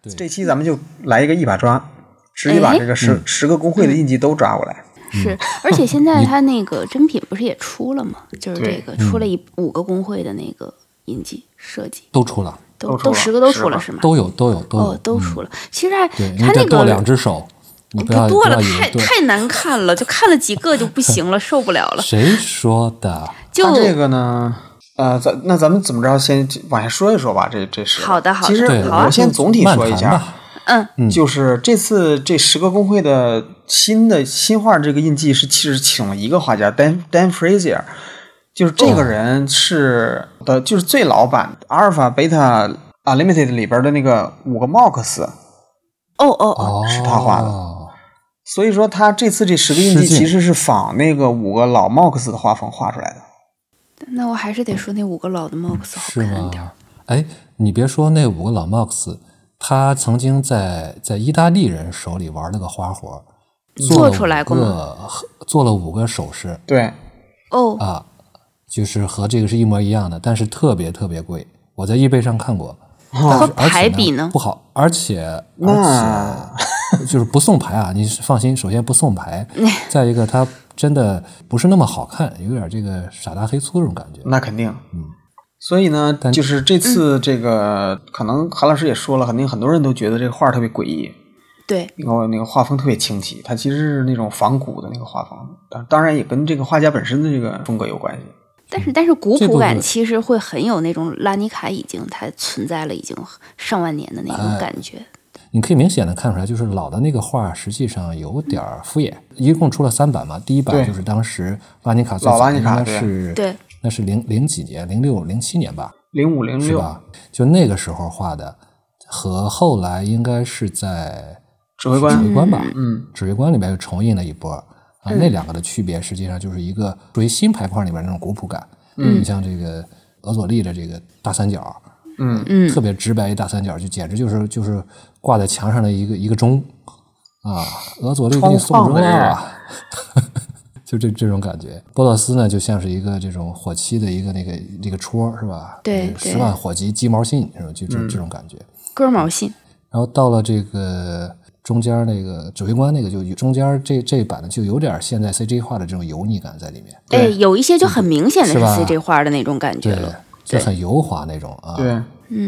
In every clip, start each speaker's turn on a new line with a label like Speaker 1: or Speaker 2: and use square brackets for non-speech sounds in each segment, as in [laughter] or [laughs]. Speaker 1: 对
Speaker 2: 这期咱们就来一个一把抓，直接
Speaker 3: 哎
Speaker 2: 把这个十、十个工会的印记都抓过来。
Speaker 1: 嗯
Speaker 3: 是， [laughs] 而且现在它那个真品不是也出了吗？就是这个出
Speaker 1: 嗯
Speaker 3: 了一五个工会的那个印记设计，
Speaker 1: 都出了，
Speaker 3: 都
Speaker 2: 都出
Speaker 3: 都
Speaker 2: 了
Speaker 3: 十个都
Speaker 2: 是
Speaker 3: 出了
Speaker 2: 吧
Speaker 3: 是吗？
Speaker 1: 都有都有都有
Speaker 3: 哦，，都
Speaker 1: 嗯
Speaker 3: 出了。其实还
Speaker 1: 对，你
Speaker 3: 它那
Speaker 1: 得剁
Speaker 3: 个
Speaker 1: 两只手，你不要
Speaker 3: 剁了
Speaker 1: 不要以为
Speaker 3: 太
Speaker 1: 对
Speaker 3: 太难看了，就看了几个就不行
Speaker 1: [laughs]
Speaker 3: 了，受不了了。
Speaker 1: 谁说的？
Speaker 3: 就
Speaker 2: 那这个呢？呃，咱那咱们怎么着？先往下说一说吧。这这是
Speaker 3: 好的好的
Speaker 2: 其实
Speaker 1: 对，
Speaker 3: 好啊
Speaker 2: 我先总体
Speaker 1: 慢
Speaker 2: 说一
Speaker 1: 谈
Speaker 2: 下，
Speaker 1: 吧
Speaker 3: 嗯，
Speaker 1: 嗯
Speaker 2: 就是这次这十个工会的新的新画这个印记是其实请了一个画家 Dan Dan Frazier，就是这个人是的，就是最老版阿尔法贝塔 Unlimited 里边的那个五个 Mox，
Speaker 3: 哦哦哦，
Speaker 1: 哦，
Speaker 2: 是他画的所以说他这次这十个印
Speaker 1: 失
Speaker 2: 记
Speaker 1: 敬
Speaker 2: 其实是仿那个五个老 Mox 的画风画出来的。
Speaker 3: 那我还是得说那五个老的 MOX 好
Speaker 1: 是
Speaker 3: 看点儿。
Speaker 1: 吗？哎，你别说那五个老 Mox，他曾经在在意大利人手里玩那个花活，
Speaker 3: 做
Speaker 1: 了
Speaker 3: 出来过
Speaker 1: 五
Speaker 3: 吗
Speaker 1: 个做了五个首饰
Speaker 2: 对，
Speaker 3: 哦，
Speaker 1: 啊，就是和这个是一模一样的，但是特别特别贵。我在易贝上看过，
Speaker 3: 和
Speaker 1: 而且
Speaker 3: 牌比
Speaker 1: 呢
Speaker 3: 呢
Speaker 1: 不？好，而且
Speaker 2: 哦那
Speaker 1: 而且就是不送牌啊，你放心，首先不送牌，再一个它真的不是那么好看，有点这个傻大黑粗这种感觉。
Speaker 2: 那肯定，嗯。所以呢，
Speaker 1: 但
Speaker 2: 就是这次这个，可能韩老师也说了，肯定很多人都觉得这个画特别诡异，
Speaker 1: 嗯
Speaker 3: 对，
Speaker 2: 那个那个画风特别清奇，它其实是那种仿古的那个画风，当当然也跟这个画家本身的这个风格有关系。
Speaker 3: 但是但是古
Speaker 1: 这部
Speaker 3: 朴感
Speaker 1: 分
Speaker 3: 其实会很有那种拉尼卡已经它存在了已经上万年的那
Speaker 1: 哎
Speaker 3: 种感觉。
Speaker 1: 你可以明显的看出来，就是老的那个画实际上有点儿敷衍。一共出了三版嘛，第一版
Speaker 2: 对
Speaker 1: 就是当时拉尼卡最
Speaker 2: 老
Speaker 1: 早
Speaker 2: 拉尼卡
Speaker 1: 应该
Speaker 2: 对
Speaker 1: 是
Speaker 3: 对，
Speaker 1: 那是零零几年，零六零七年吧，
Speaker 2: 零五零
Speaker 1: 是
Speaker 2: 六，
Speaker 1: 吧？就那个时候画的，和后来应该是在
Speaker 2: 指挥
Speaker 1: 指挥
Speaker 2: 官，
Speaker 1: 官吧，
Speaker 2: 嗯，
Speaker 1: 指挥官里面又重印了一波。啊，那两个的区别实际上就是一个属于新牌框里面那种古朴感，
Speaker 3: 嗯
Speaker 1: 你像这个俄佐利的这个大三角，
Speaker 2: 嗯，
Speaker 3: 嗯，
Speaker 1: 特别直白一大三角，就简直就是就是挂在墙上的一个一个钟啊，俄佐利给你送钟
Speaker 2: 超棒
Speaker 3: 哎
Speaker 2: 的
Speaker 1: 了，啊 [laughs] 就这这种感觉。波洛斯呢，就像是一个这种火漆的一个那个一个戳是吧？
Speaker 3: 对
Speaker 1: 就是
Speaker 3: 对嗯
Speaker 1: 十万火急鸡毛信是吧？就这这种感觉。
Speaker 3: 哥们儿信。
Speaker 1: 然后到了这个中间那个指挥官那个就有中间这这一版呢，就有点现在 CG 化的这种油腻感在里面，
Speaker 3: 哎，
Speaker 2: 对嗯
Speaker 3: 有一些就很明显的
Speaker 1: 是
Speaker 3: 是
Speaker 1: 吧
Speaker 3: CG 画的那种感觉
Speaker 1: 对
Speaker 3: 了。，
Speaker 1: 就
Speaker 3: 对
Speaker 1: 很油滑那种啊。
Speaker 2: 对，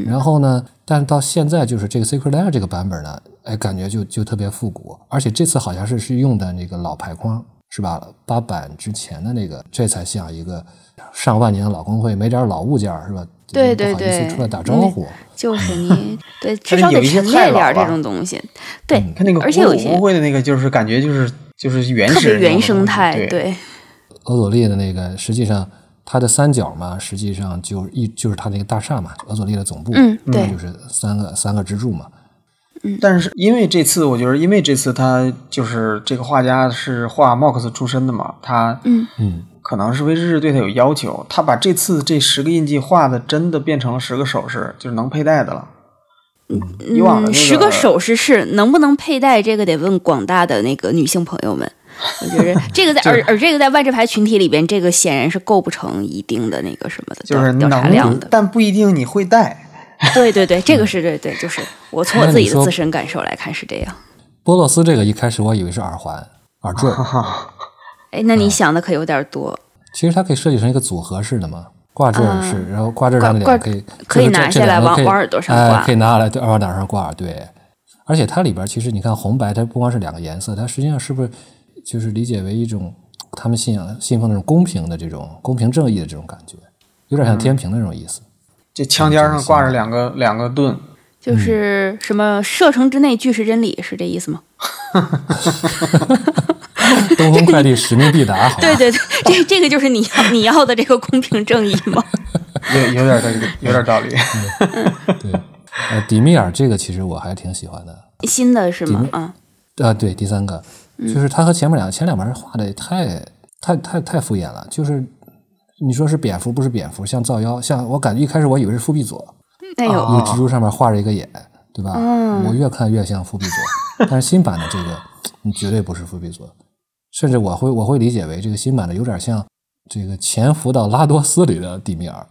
Speaker 1: 然后呢，但是到现在就是这个 Secret Lair 这个版本呢，哎，感觉就就特别复古，而且这次好像是是用的那个老牌框，是吧？八版之前的那个，这才像一个上万年的老工会，没点儿老物件儿是吧？
Speaker 3: 对
Speaker 1: 就不
Speaker 3: 对
Speaker 1: 好意
Speaker 3: 对嗯
Speaker 1: 思出来打招呼，
Speaker 3: 就
Speaker 2: [laughs]
Speaker 3: 是你对，至
Speaker 2: 是
Speaker 3: 少
Speaker 2: 有
Speaker 3: 得
Speaker 2: 一些
Speaker 3: 陈
Speaker 2: 太
Speaker 3: 列点儿
Speaker 2: 老
Speaker 3: 这
Speaker 2: 了
Speaker 3: 种东西。对，
Speaker 2: 他那个
Speaker 3: 而且有一
Speaker 2: 古
Speaker 3: 些
Speaker 2: 朴会的那个，就是感觉就是就是原
Speaker 3: 特
Speaker 2: 始
Speaker 3: 别
Speaker 2: 人
Speaker 3: 原
Speaker 2: 那种
Speaker 3: 生
Speaker 2: 东
Speaker 3: 态，
Speaker 2: 西，
Speaker 3: 对，
Speaker 1: 俄佐利的那个，实际上它的三角嘛，实际上就一就是它那个大厦嘛，俄佐利的总部，
Speaker 3: 嗯对
Speaker 1: 就是三个三个支柱嘛，
Speaker 2: 但是因为这次，我觉得因为这次他就是这个画家是画 Mox 出身的嘛，他
Speaker 3: 嗯
Speaker 1: 嗯，
Speaker 2: 可能是威士忌对他有要求，他把这次这十个印记画的真的变成了十个首饰，就是能佩戴的了。以往的那
Speaker 3: 嗯，十个
Speaker 2: 个
Speaker 3: 首饰是能不能佩戴，这个得问广大的那个女性朋友们。我觉得
Speaker 2: [laughs]
Speaker 3: 这个在而而这个在万智牌群体里边，这个显然是构不成一定的那个什么的
Speaker 2: 就是
Speaker 3: 调调查
Speaker 2: 能
Speaker 3: 量的。
Speaker 2: 但不一定你会戴。 [laughs]
Speaker 3: 对对对，
Speaker 2: 嗯
Speaker 3: 这个是对对，就是我
Speaker 2: 哎
Speaker 3: 从我
Speaker 1: 那
Speaker 3: 自
Speaker 1: 你
Speaker 3: 己的
Speaker 1: 说
Speaker 3: 自身感受来看是这样。
Speaker 1: 波洛斯这个一开始我以为是耳环、耳坠，
Speaker 3: 哎，那
Speaker 2: 嗯
Speaker 3: 你想的可有点多，
Speaker 1: 其实它可以设计成一个组合式的嘛，挂坠儿式，然后挂坠儿上的
Speaker 3: 啊挂
Speaker 1: 两个可以
Speaker 3: 可以
Speaker 1: 就是这
Speaker 3: 拿
Speaker 1: 这
Speaker 3: 下来
Speaker 1: 两个
Speaker 3: 往
Speaker 1: 可以
Speaker 3: 往耳朵上
Speaker 1: 哎
Speaker 3: 挂
Speaker 1: 可以拿下来对，往耳朵上挂，对。而且它里边儿其实你看红白，它不光是两个颜色，它实际上是不是就是理解为一种他们信仰信奉那种公平的这种公平正义的这种感觉，有
Speaker 3: 嗯
Speaker 1: 点像天平的那种意思。
Speaker 2: 这枪尖上挂着两个两个盾，嗯
Speaker 3: 就是什么射程之内俱是真理，是这意思吗？
Speaker 1: 东风快递使命必达，好吧
Speaker 3: [laughs] 对对对，这这个就是你要你要的这个公平正义吗？ [laughs]
Speaker 2: 有有点这个有点道理。
Speaker 1: 对。呃，迪米尔这个其实我还挺喜欢的，
Speaker 3: 新的是吗？啊，
Speaker 1: 啊，对，第三个
Speaker 3: 嗯
Speaker 1: 就是他和前面两前两边画的太太太太敷衍了，就是你说是蝙蝠不是蝙蝠，像造妖，像我感觉一开始我以为是复壁佐，
Speaker 3: 哎呦，
Speaker 2: 哦
Speaker 1: 一个蜘蛛上面画着一个眼，对吧？
Speaker 3: 嗯
Speaker 1: 我越看越像复壁
Speaker 3: [laughs]
Speaker 1: 佐，但是新版的这个你绝对不是复壁佐，甚至我会我会理解为这个新版的有点像这个潜伏到拉多斯里的蒂米尔。嗯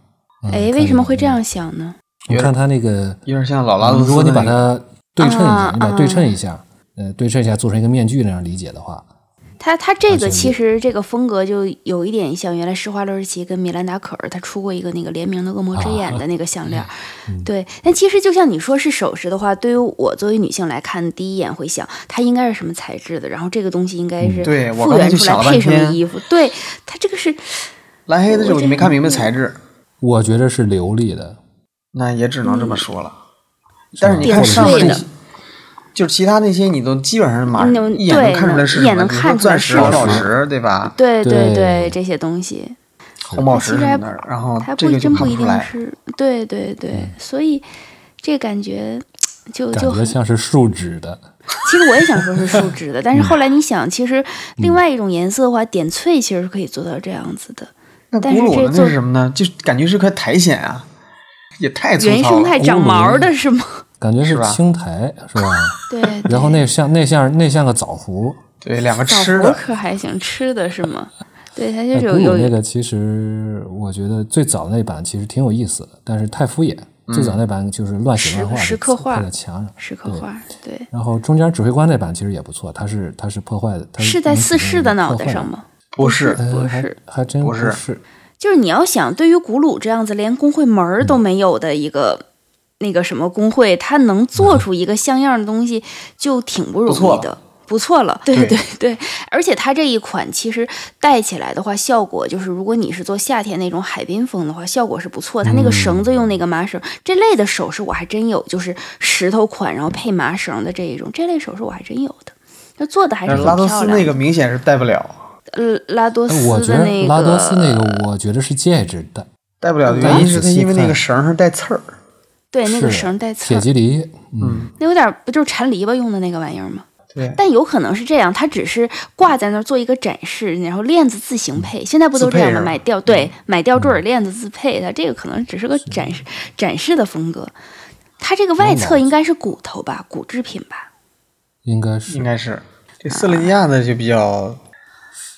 Speaker 2: 嗯
Speaker 3: 哎哎，为什么会这？样想呢？
Speaker 1: 看这个你看他那个
Speaker 2: 有点像老拉鲁斯
Speaker 1: 嗯如果你
Speaker 2: 的
Speaker 1: 把
Speaker 2: 那个
Speaker 1: 它对称一下
Speaker 3: 啊，
Speaker 1: 你把它对称一下，呃，对称一下做成一个面具那样理解的话，
Speaker 3: 他他
Speaker 1: 而
Speaker 3: 这
Speaker 1: 且
Speaker 3: 个其
Speaker 1: 你
Speaker 3: 实这个风格就有一点像原来施华洛世奇跟米兰达可儿他出过一个那个联名的《恶魔之眼》的那个项链
Speaker 2: 啊
Speaker 3: 儿，
Speaker 2: 嗯
Speaker 3: 对。但其实就像你说是首饰的话，对于我作为女性来看，第一眼会想它应该是什么材质的，然后这个东西应该是
Speaker 2: 嗯对我
Speaker 3: 复
Speaker 2: 刚才
Speaker 3: 原
Speaker 2: 就
Speaker 3: 出
Speaker 2: 想
Speaker 3: 来
Speaker 2: 了半
Speaker 3: 配什么
Speaker 2: 天
Speaker 3: 衣服，对它这个是
Speaker 2: 蓝黑的这种你没看明白材质，
Speaker 1: 我觉得是流利的，
Speaker 2: 那也只能这么说了。但是你
Speaker 3: 点
Speaker 2: 看上面
Speaker 3: 缀
Speaker 2: 那
Speaker 3: 的
Speaker 2: 些，就是其他那些，你都基本上马
Speaker 3: 嗯
Speaker 2: 一眼能
Speaker 3: 对
Speaker 2: 看出来是
Speaker 3: 一
Speaker 2: 什
Speaker 3: 眼
Speaker 2: 么，
Speaker 3: 能
Speaker 2: 比如说
Speaker 3: 看出来
Speaker 2: 钻
Speaker 3: 是嗯
Speaker 2: 石、
Speaker 1: 什
Speaker 2: 红
Speaker 1: 么
Speaker 2: 宝石，对吧？
Speaker 3: 对对
Speaker 1: 对
Speaker 3: 这些东西，
Speaker 2: 红宝石什么的，然后
Speaker 3: 它
Speaker 2: 这
Speaker 3: 不
Speaker 2: 个就
Speaker 3: 真不
Speaker 2: 看
Speaker 3: 一
Speaker 2: 不出
Speaker 3: 定
Speaker 2: 来。
Speaker 3: 是，对对对，所以这感觉就
Speaker 1: 感
Speaker 3: 就
Speaker 1: 觉
Speaker 3: 很。
Speaker 1: 像是树脂的，
Speaker 3: 其实我也想说是树脂的，但是后来你想，其实另外一种颜色的话，点翠其实是可以做到这样子的。
Speaker 2: 那
Speaker 3: 但
Speaker 2: 古
Speaker 3: 是
Speaker 2: 鲁的
Speaker 3: 这
Speaker 2: 那
Speaker 3: 做
Speaker 2: 是什么呢？就感觉是块苔藓啊，也太粗
Speaker 3: 原
Speaker 2: 糙
Speaker 3: 生
Speaker 2: 了
Speaker 3: 态。长毛的是吗？
Speaker 1: 感觉
Speaker 2: 是
Speaker 1: 是
Speaker 2: 吧
Speaker 1: 青苔是吧？
Speaker 3: 对。对
Speaker 1: 然后那像那像那像个枣核，
Speaker 2: 对，两个
Speaker 3: 枣
Speaker 2: 吃
Speaker 3: 核
Speaker 2: 的，
Speaker 3: 可还行，吃的是吗？对，它就
Speaker 1: 哎
Speaker 3: 是
Speaker 1: 古
Speaker 3: 有
Speaker 1: 鲁那
Speaker 3: 有
Speaker 1: 个其实我觉得最早那版其实挺有意思的，但是太敷衍。
Speaker 2: 嗯
Speaker 1: 最早那版就是乱写乱画，
Speaker 3: 石石
Speaker 1: 就
Speaker 3: 刻画
Speaker 1: 配在墙上。
Speaker 3: 石刻画，对，
Speaker 1: 然后中间指挥官那版其实也不错，它是它是破坏的，它
Speaker 3: 是在
Speaker 1: 能
Speaker 3: 四
Speaker 1: 体现
Speaker 3: 世
Speaker 1: 一
Speaker 3: 的
Speaker 1: 个
Speaker 3: 脑
Speaker 1: 破
Speaker 3: 袋
Speaker 1: 坏
Speaker 3: 上吗？
Speaker 2: 不是
Speaker 1: 呃
Speaker 3: 不
Speaker 1: 还
Speaker 3: 是
Speaker 1: 还真
Speaker 2: 不是
Speaker 1: 是
Speaker 3: 就是你要想，对于古鲁这样子连工会门儿都没有的一个、那个什么工会，他能做出一个像样的东西，就挺不容易的。不错了，对 [laughs]
Speaker 2: 对
Speaker 3: 对对，而且它这一款其实戴起来的话，效果就是，如果你是做夏天那种海滨风的话，效果是不错。它那个绳子用那个麻绳，这类的首饰我还真有，就是石头款，然后配麻绳的这一种，这类首饰我还真有的，就做的还是
Speaker 2: 但是
Speaker 3: 很
Speaker 2: 拉
Speaker 3: 漂
Speaker 2: 多
Speaker 3: 亮
Speaker 2: 斯
Speaker 3: 的。
Speaker 2: 那个明显是戴不了，
Speaker 3: 呃，拉多
Speaker 1: 哎我
Speaker 3: 斯
Speaker 1: 觉
Speaker 3: 的
Speaker 1: 得
Speaker 3: 那个
Speaker 1: 拉多斯那个，我觉得是戒指的，
Speaker 2: 戴不了的
Speaker 3: 嗯
Speaker 2: 原因是它因为那个绳上带刺儿。
Speaker 3: 对哎那个
Speaker 1: 是
Speaker 3: 绳带刺
Speaker 1: 铁
Speaker 3: 儿，
Speaker 1: 吉梨，嗯，
Speaker 3: 那有点儿不就是缠篱笆用的那个玩意儿吗？
Speaker 2: 对，
Speaker 3: 但有可能是这样，它只是挂在那儿做一个展示，然后链子自行配。现在不都这样
Speaker 2: 自
Speaker 3: 吗？
Speaker 2: 配是吧嗯
Speaker 3: 买吊对，买吊坠儿链子自配，它这个可能只是个展示展示的风格。它这个外侧应该是骨头吧，骨制品吧？
Speaker 1: 应该是
Speaker 2: 应该是这斯洛文尼亚的就比较，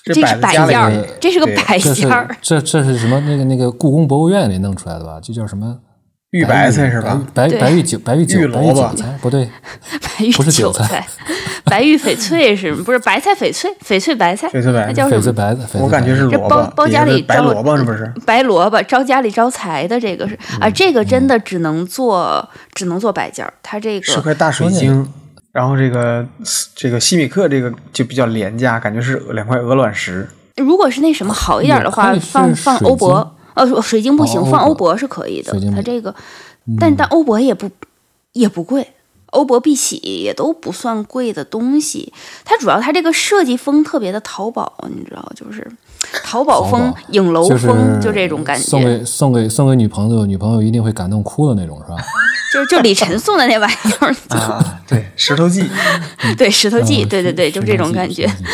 Speaker 2: 这
Speaker 3: 啊这
Speaker 2: 摆
Speaker 3: 是
Speaker 2: 在
Speaker 3: 摆
Speaker 2: 家里
Speaker 3: 件
Speaker 2: 面
Speaker 3: 儿，这是个
Speaker 2: 对
Speaker 3: 摆
Speaker 1: 这是
Speaker 3: 件
Speaker 2: [laughs]
Speaker 3: 儿。
Speaker 1: 这这是什么？那个那个故宫博物院里弄出来的吧？这叫什么？
Speaker 2: 玉白菜是吧？
Speaker 1: 白
Speaker 3: 对
Speaker 1: 白玉韭白玉韭
Speaker 2: 玉
Speaker 1: 白玉
Speaker 2: 萝卜
Speaker 1: 韭菜不对，
Speaker 3: 白玉
Speaker 1: 不是
Speaker 3: 韭
Speaker 1: 韭菜，
Speaker 3: 白玉翡翠是吗不是白菜翡翠？翡翠白菜，
Speaker 2: 翡翠白菜
Speaker 3: 那叫什
Speaker 1: 翡翠
Speaker 3: 么？
Speaker 1: 白的，翡翠
Speaker 2: 我感觉
Speaker 1: 白
Speaker 2: 是
Speaker 1: 的
Speaker 3: 这
Speaker 2: 萝
Speaker 3: 包
Speaker 2: 卜，
Speaker 3: 包
Speaker 2: 底
Speaker 3: 家
Speaker 2: 下是
Speaker 3: 里
Speaker 2: 白
Speaker 3: 招
Speaker 2: 萝卜是不是？
Speaker 3: 白萝卜招家里招财的这个是
Speaker 1: 嗯
Speaker 3: 啊，这个真的只能做只能做摆件儿，它这
Speaker 2: 是
Speaker 3: 个
Speaker 2: 块大水晶，然后这个这个西米克这个就比较廉价，感觉是两块鹅卵石。
Speaker 3: 如果是那什么好一点的
Speaker 1: 也
Speaker 3: 话，
Speaker 1: 哦可以是
Speaker 3: 放放
Speaker 1: 水
Speaker 3: 欧泊，呃，水晶不行
Speaker 1: 哦，欧
Speaker 3: 放
Speaker 1: 泊
Speaker 3: 欧泊是可以的
Speaker 1: 水晶，不嗯
Speaker 3: 它这个，但但欧泊也不也不贵。欧泊、碧玺也都不算贵的东西，它主要它这个设计风特别的淘宝，你知道，就是淘宝
Speaker 1: 淘
Speaker 3: 风
Speaker 1: 宝、
Speaker 3: 影楼
Speaker 1: 就是
Speaker 3: 风，就这种感
Speaker 1: 送
Speaker 3: 觉，
Speaker 1: 给送给送给女朋友，女朋友一定会感动哭的那种，是吧？
Speaker 3: 就是就李晨送的那玩意儿，
Speaker 2: [laughs] 啊，对，石头记，
Speaker 3: 对，石头 [laughs]
Speaker 1: [laughs]
Speaker 3: 记，
Speaker 1: 嗯
Speaker 3: 对对对，就这种感。觉
Speaker 1: 是。是是
Speaker 3: [laughs]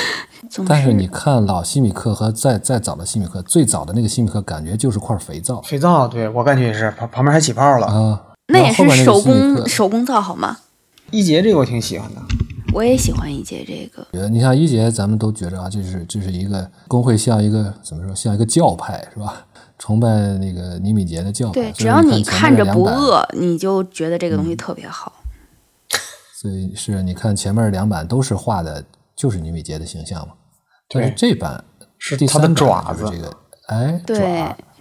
Speaker 3: 总
Speaker 1: 嗯但是你看老西米克和再再早的西米克，最早的那个西米克感觉就是块肥皂
Speaker 2: 肥皂，对我感觉也是，旁旁边还起泡了。
Speaker 1: 啊，
Speaker 3: 那
Speaker 1: 然
Speaker 3: 也
Speaker 1: 后后面
Speaker 3: 是
Speaker 1: 那个
Speaker 3: 手
Speaker 1: 西米
Speaker 3: 工
Speaker 1: 克
Speaker 3: 手工皂好吗？
Speaker 2: 一杰这个我挺喜欢的，
Speaker 3: 我也喜欢一姐这个，
Speaker 1: 觉得你像一杰，咱们都觉着啊，这是这是一个工会，像一个怎么说，像一个教派是吧？崇拜那个尼米杰的教派。
Speaker 3: 对，
Speaker 1: 所以
Speaker 3: 只要
Speaker 1: 你
Speaker 3: 你
Speaker 1: 看前面
Speaker 3: 看着
Speaker 1: 两
Speaker 3: 不
Speaker 1: 版，嗯
Speaker 3: 饿，你就觉得这个东西特别好。
Speaker 1: 所以是你看前面两版都是画的，就是尼米杰的形象嘛。但是
Speaker 2: 对
Speaker 1: 这版
Speaker 2: 是
Speaker 1: 第
Speaker 2: 它
Speaker 1: 三
Speaker 2: 的
Speaker 1: 版
Speaker 2: 爪
Speaker 1: 就
Speaker 2: 子
Speaker 1: 是这。个哎
Speaker 3: 对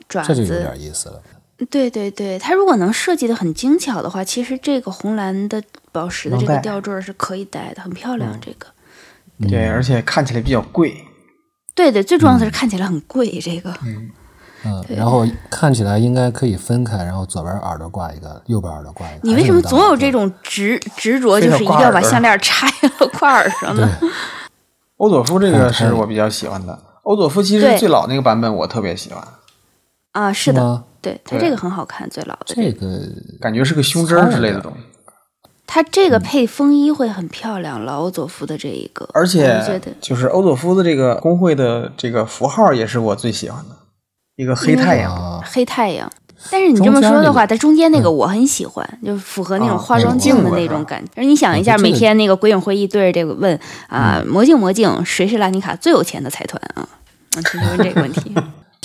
Speaker 1: 爪，，这
Speaker 3: 爪
Speaker 1: 就有
Speaker 3: 子，
Speaker 1: 点意思了。
Speaker 3: 对对对，它如果能设计的很精巧的话，其实这个红蓝的宝石的
Speaker 2: 能
Speaker 3: 这个
Speaker 2: 戴
Speaker 3: 吊坠儿是可以戴的，很漂
Speaker 1: 嗯
Speaker 3: 亮。这个，
Speaker 2: 对，而且看起来比较贵。
Speaker 3: 对对，最重要的是看起来很贵。这个，
Speaker 1: 嗯，然后看起来应该可以分开，然后左边耳朵挂一个，右边耳朵挂一个。
Speaker 3: 你
Speaker 1: 还
Speaker 3: 为
Speaker 1: 是
Speaker 3: 什么
Speaker 1: 能当
Speaker 3: 总有
Speaker 1: 耳
Speaker 3: 这
Speaker 1: 朵
Speaker 3: 种执执着，
Speaker 2: 非
Speaker 3: 就
Speaker 2: 得
Speaker 3: 是一
Speaker 2: 挂
Speaker 3: 定要
Speaker 2: 耳
Speaker 3: 把
Speaker 2: 朵
Speaker 3: 项链 [laughs] 拆了挂耳上呢？
Speaker 2: 欧佐夫这个
Speaker 1: 嗯
Speaker 2: 是我比较喜欢的，欧佐夫其
Speaker 3: 对
Speaker 2: 实最老那个版本我特别喜欢，
Speaker 3: 啊，是的，
Speaker 1: 吗？
Speaker 3: 对，它
Speaker 2: 对
Speaker 3: 这个很好看，最老的
Speaker 1: 这个
Speaker 2: 感觉是个胸针儿之类的东西。
Speaker 3: 它这个配风衣会很漂亮，老欧佐夫的这一个，
Speaker 2: 而
Speaker 3: 我觉
Speaker 2: 且
Speaker 3: 得
Speaker 2: 就是欧佐夫的这个工会的这个符号也是我最喜欢的，一个黑太阳，
Speaker 1: 啊，
Speaker 3: 黑太阳。但是你这么说的话，它中间那个我很喜欢，就符合那种化妆镜的那种感觉。而你想一下，
Speaker 1: 嗯这个
Speaker 3: 每天啊那个嗯鬼影会议对着这个问 [laughs] 啊啊，魔镜魔镜，谁是拉尼卡最有钱的财团啊？啊，就问这个问题。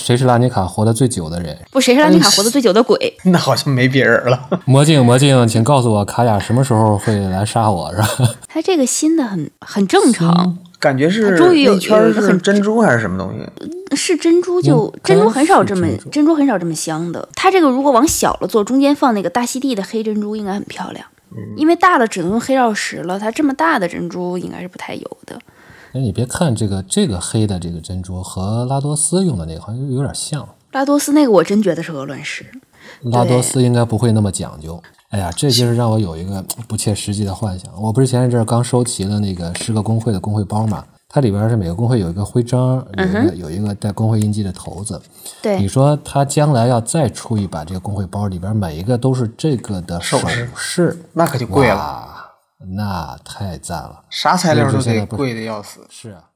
Speaker 1: 谁是拉尼卡活得最久的人？
Speaker 3: 不，谁是拉尼卡活得最久的鬼？
Speaker 2: [laughs]
Speaker 1: 嗯
Speaker 2: 那好像没别人了。
Speaker 1: 魔镜，魔镜，请告诉我卡雅什么时候会来杀我，是吧？ [laughs]
Speaker 3: 他这个新的很很正常，
Speaker 2: 感觉是
Speaker 3: 终于有
Speaker 2: 那圈儿
Speaker 3: 有一个
Speaker 2: 是
Speaker 3: 很
Speaker 2: 珍珠还是什么东西？
Speaker 3: 是珍珠就
Speaker 1: 嗯
Speaker 3: 珍珠很少
Speaker 1: 该
Speaker 3: 这
Speaker 1: 是
Speaker 3: 么
Speaker 1: 珍珠
Speaker 3: 珍珠很少这么香的。它这个如果往小了做，中间放那个大溪地的黑珍珠应该很漂亮，
Speaker 1: 嗯
Speaker 3: 因为大了只能用黑曜石了，它这么大的珍珠应该是不太有的。
Speaker 1: 哎，你别看这个这个黑的这个珍珠和拉多斯用的那个好像有点像，
Speaker 3: 拉多斯那个我真觉得是鹅卵石，
Speaker 1: 拉多斯应该不会那么讲究。哎呀，这就是让我有一个不切实际的幻想。我不是前一阵儿刚收齐了那个十个工会的工会包嘛，它里边儿是每个工会有一个徽章，有
Speaker 2: 嗯
Speaker 1: 一个有一个带工会印记的头子。你
Speaker 3: 对，
Speaker 1: 说他将来要再出一把这个工会包，里边每一个都是这个的首
Speaker 2: 首饰
Speaker 1: 饰，
Speaker 2: 那可就贵了，
Speaker 1: 哇，那太赞了。
Speaker 2: 啥材料都
Speaker 1: 就是现
Speaker 2: 得
Speaker 1: 在不
Speaker 2: 贵的要死。
Speaker 1: 是啊。